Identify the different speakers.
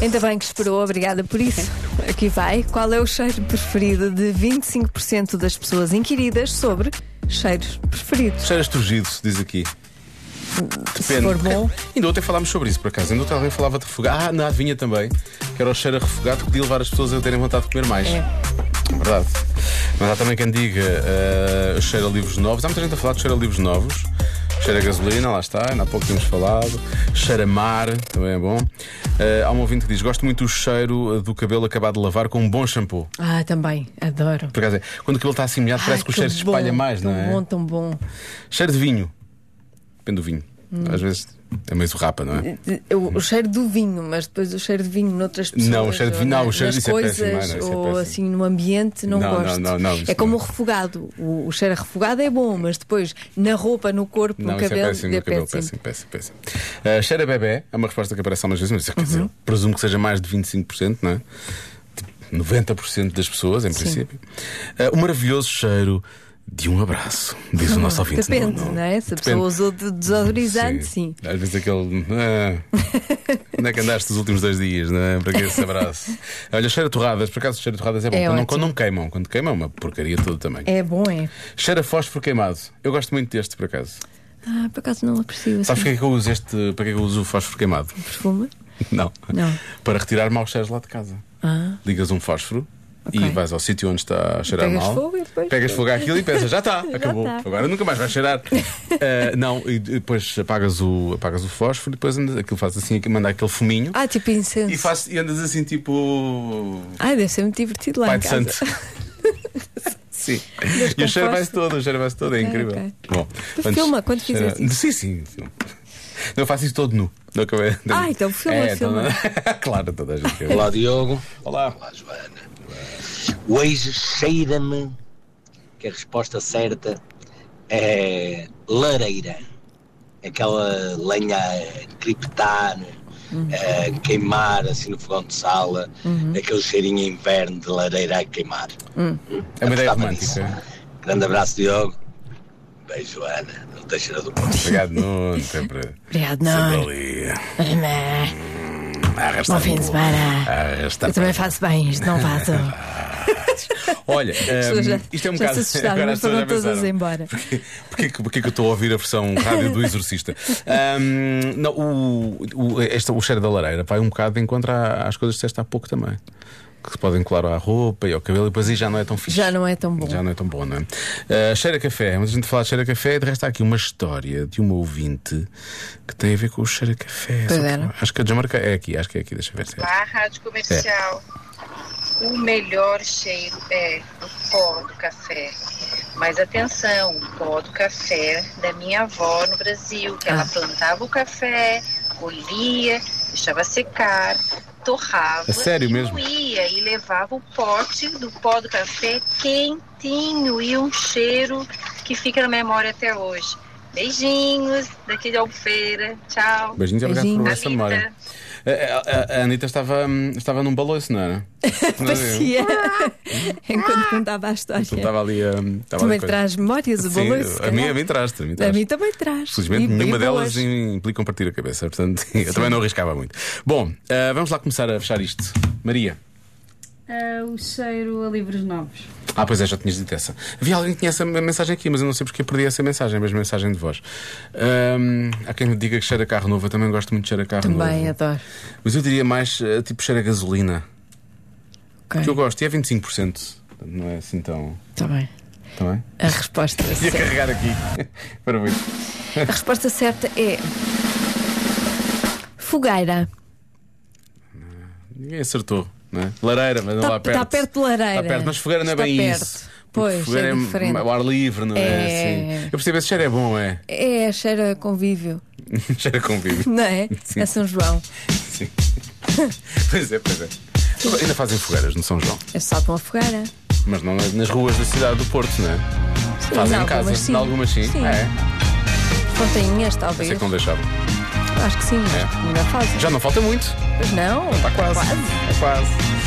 Speaker 1: Ainda bem que esperou, obrigada por isso. Aqui vai. Qual é o cheiro preferido de 25% das pessoas inquiridas sobre cheiros preferidos?
Speaker 2: Cheiras turgido, se diz aqui.
Speaker 1: Se for bom,
Speaker 2: Ainda ontem falámos sobre isso, por acaso. Ainda ontem alguém falava de refogado. Ah, na adivinha também. Que era o cheiro a refogado que podia levar as pessoas a terem vontade de comer mais.
Speaker 1: É.
Speaker 2: Verdade. Mas há também quem diga ah, cheiro a livros novos. Há muita gente a falar de cheiro a livros novos. Cheiro a gasolina, lá está, ainda há pouco tínhamos falado. Cheiro a mar, também é bom. Ah, há um ouvinte que diz: Gosto muito do cheiro ah, do cabelo acabado de lavar com um bom shampoo.
Speaker 1: ah, também, adoro.
Speaker 2: Por acaso, é, quando o cabelo está assim molhado, parece
Speaker 1: Ai,
Speaker 2: que o cheiro se
Speaker 1: bom,
Speaker 2: espalha mais,
Speaker 1: tão
Speaker 2: não é?
Speaker 1: bom, tão bom.
Speaker 2: Cheiro de vinho. Depende do vinho.
Speaker 1: Hum.
Speaker 2: Às vezes é meio rapa, não é?
Speaker 1: O, o cheiro do vinho, mas depois o cheiro de vinho noutras pessoas.
Speaker 2: Não, o cheiro de
Speaker 1: ou
Speaker 2: vinho- não,
Speaker 1: na-
Speaker 2: o cheiro
Speaker 1: nas
Speaker 2: disso é
Speaker 1: coisas,
Speaker 2: péssimo, não, isso é
Speaker 1: Ou
Speaker 2: péssimo.
Speaker 1: assim no ambiente, não,
Speaker 2: Não, não,
Speaker 1: gosto.
Speaker 2: não, não,
Speaker 1: é
Speaker 2: isso
Speaker 1: como
Speaker 2: não.
Speaker 1: o refogado. O, o cheiro a refogado é bom, mas depois na roupa, no corpo,
Speaker 2: não,
Speaker 1: no
Speaker 2: isso é
Speaker 1: cabelo,
Speaker 2: péssimo, no cabelo, péssimo, péssimo, péssimo. Ah, cheiro a bebê é uma resposta que aparece algumas vezes, mas é quer
Speaker 1: Uhum.
Speaker 2: dizer, presumo que seja mais de 25%, não é? Tipo, 90% das pessoas, em princípio. Ah, o maravilhoso cheiro de um abraço, diz o nosso ouvinte.
Speaker 1: Depende, não, é? Se a pessoa usou de desodorizante, sim.
Speaker 2: Às vezes aquele. ah, onde é que andaste os últimos dois dias, não é? Para que esse abraço? Olha, cheiro a torradas, por acaso cheiro a torradas é bom.
Speaker 1: É
Speaker 2: quando, não,
Speaker 1: ótimo.
Speaker 2: quando não queimam, quando queimam é uma porcaria de todo o tamanho.
Speaker 1: É bom, é?
Speaker 2: Cheiro a fósforo queimado. Eu gosto muito deste, por acaso.
Speaker 1: Ah, por acaso não aprecio assim
Speaker 2: Sabes porque é que eu uso este? Para que é que eu uso o fósforo queimado?
Speaker 1: perfume.
Speaker 2: Não.
Speaker 1: Não.
Speaker 2: Para retirar maus cheiros lá de casa.
Speaker 1: Ah,
Speaker 2: Ligas um fósforo
Speaker 1: Ok.
Speaker 2: e vais ao sítio onde está a cheirar
Speaker 1: Pegas
Speaker 2: mal.
Speaker 1: fogo e depois-
Speaker 2: Pegas fogo àquilo e pensas, já
Speaker 1: Já
Speaker 2: está,
Speaker 1: tá."
Speaker 2: acabou.
Speaker 1: está.
Speaker 2: Agora nunca mais vais cheirar. Ah, não, e depois apagas o, apagas o fósforo e depois andas, aquilo faz assim, aquilo- manda aquele fuminho
Speaker 1: ah tipo incenso.
Speaker 2: e, faz, e andas assim tipo.
Speaker 1: Ai, deve ser muito divertido lá
Speaker 2: Pai
Speaker 1: em
Speaker 2: de
Speaker 1: casa.
Speaker 2: Santo. Sim. E
Speaker 1: com
Speaker 2: o cheiro
Speaker 1: fósforo.
Speaker 2: vai-se todo, o cheiro vai-se todo, é
Speaker 1: Ok,
Speaker 2: incrível.
Speaker 1: ok.
Speaker 2: Bom,
Speaker 1: Tu
Speaker 2: antes-
Speaker 1: filma quando fizeres
Speaker 2: cheira- Sim, sim. sim. Eu faço isso todo nu. Não acabei-
Speaker 1: Ah, então filma,
Speaker 2: É,
Speaker 1: filma.
Speaker 2: então- claro, toda a gente.
Speaker 3: Olá Diogo,
Speaker 2: Olá.
Speaker 3: olá Joana. Hoje cheira-me que a resposta certa é lareira. Aquela lenha a criptar, Uhum. a queimar assim no fogão de sala, aquele cheirinho inverno de lareira a queimar.
Speaker 2: É uma ideia
Speaker 3: Gostava
Speaker 2: romântica.
Speaker 3: disso. Grande abraço Diogo. Beijo Joana, não deixa do
Speaker 2: Obrigado, Nuno. Sempre,
Speaker 1: Obrigado,
Speaker 2: sempre
Speaker 1: não.
Speaker 2: ali.
Speaker 1: Bom fim de semana.
Speaker 2: Arrasta
Speaker 1: Eu também faço bem isto, não faço.
Speaker 2: Olha,
Speaker 1: pessoas já-
Speaker 2: hum, isto é um
Speaker 1: já
Speaker 2: bocado.
Speaker 1: se assustaram,
Speaker 2: agora
Speaker 1: mas
Speaker 2: as pessoas
Speaker 1: foram
Speaker 2: já
Speaker 1: todas
Speaker 2: pensaram,
Speaker 1: embora.
Speaker 2: Porquê, porquê, que- porquê que eu estou a ouvir a versão rádio do Exorcista? Hum, não, o, o, este- o cheiro da lareira vai um bocado de encontro à- às coisas que disseste há pouco também. Que se podem colar à roupa e ao cabelo, e depois aí já não é tão fixe.
Speaker 1: Já não é tão bom.
Speaker 2: Já não é tão bom, não é? Ah, cheiro a café. Muita gente fala de cheiro a café. e De resto, há aqui uma história de uma ouvinte que tem a ver com o cheiro a café. Só que-
Speaker 1: era.
Speaker 2: Acho que a desmarca é aqui. Acho que é aqui. Deixa eu ver se é.
Speaker 4: Vá à rádio comercial. O melhor cheiro é o pó do café. Mas atenção, o pó do café da minha avó no Brasil, que ela
Speaker 1: Ah.
Speaker 4: plantava o café, colhia, deixava secar, torrava
Speaker 2: É sério
Speaker 4: e
Speaker 2: mesmo?
Speaker 4: moía e levava o pote do pó do café quentinho e um cheiro que fica na memória até hoje. Beijinhos daqui de Albufeira. Tchau.
Speaker 2: Beijinhos, obrigado por
Speaker 1: Beijinhos.
Speaker 2: essa memória. A, a- a- a Anitta estava, hum, estava num balanço, não era? Não era?
Speaker 1: Parecia. Enquanto contava a história.
Speaker 2: é? Então Estava ali. hum, Estava
Speaker 1: Tu
Speaker 2: ali
Speaker 1: me
Speaker 2: a coisa.
Speaker 1: traz memórias do
Speaker 2: Sim,
Speaker 1: balanço.
Speaker 2: a mim, a mim traz-te. a mim
Speaker 1: A
Speaker 2: traz-te.
Speaker 1: mim também traz.
Speaker 2: Felizmente,
Speaker 1: E- e
Speaker 2: nenhuma
Speaker 1: boas.
Speaker 2: delas implica um partir a cabeça. Portanto, eu também não arriscava muito. Bom, ah, vamos lá começar a fechar isto. Maria.
Speaker 5: Ah, o cheiro a livros novos.
Speaker 2: Ah, pois é, já tinhas dito essa. Havia alguém que tinha essa mensagem aqui, mas eu não sei porque eu perdi essa mensagem, mas mensagem de voz. Hum, há quem me diga que cheira a carro novo, eu também gosto muito de cheira a carro novo.
Speaker 1: Também adoro.
Speaker 2: Mas eu diria mais eh, tipo cheira a gasolina,
Speaker 1: Ok.
Speaker 2: que eu gosto, e é 25%. portanto, Não é assim tão.
Speaker 1: Tá bem.
Speaker 2: Está bem?
Speaker 1: A resposta
Speaker 2: Ia
Speaker 1: certa.
Speaker 2: carregar aqui. Parabéns.
Speaker 1: A resposta certa é. Fogueira.
Speaker 2: Ninguém acertou, não é? Lareira, mas não
Speaker 1: Tá-
Speaker 2: lá perto.
Speaker 1: tá perto de lareira.
Speaker 2: Está perto, mas fogueira não é
Speaker 1: Está
Speaker 2: bem
Speaker 1: perto.
Speaker 2: isso. Porque
Speaker 1: Pois,
Speaker 2: fogueira
Speaker 1: é diferente.
Speaker 2: o ar livre, não é?
Speaker 1: É.
Speaker 2: Assim. Eu percebo, esse cheiro é bom, é?
Speaker 1: É cheira a convívio,
Speaker 2: cheiro a convívio.
Speaker 1: não é?
Speaker 2: Sim.
Speaker 1: É São João.
Speaker 2: Sim. pois é, pois é. Ainda fazem fogueiras no São João,
Speaker 1: É só para uma fogueira.
Speaker 2: mas não nas- nas ruas da cidade do Porto, não é?
Speaker 1: Sim,
Speaker 2: Fazem em
Speaker 1: algumas
Speaker 2: casa,
Speaker 1: sim.
Speaker 2: algumas sim.
Speaker 1: Sim.
Speaker 2: Ah, é,
Speaker 1: Fontainhas,
Speaker 2: sei
Speaker 1: talvez.
Speaker 2: que não deixavam.
Speaker 1: Acho que sim, mas
Speaker 2: É.
Speaker 1: ainda fazem.
Speaker 2: Já não falta muito,
Speaker 1: Mas não.
Speaker 2: está quase.
Speaker 1: Quase.
Speaker 2: É quase.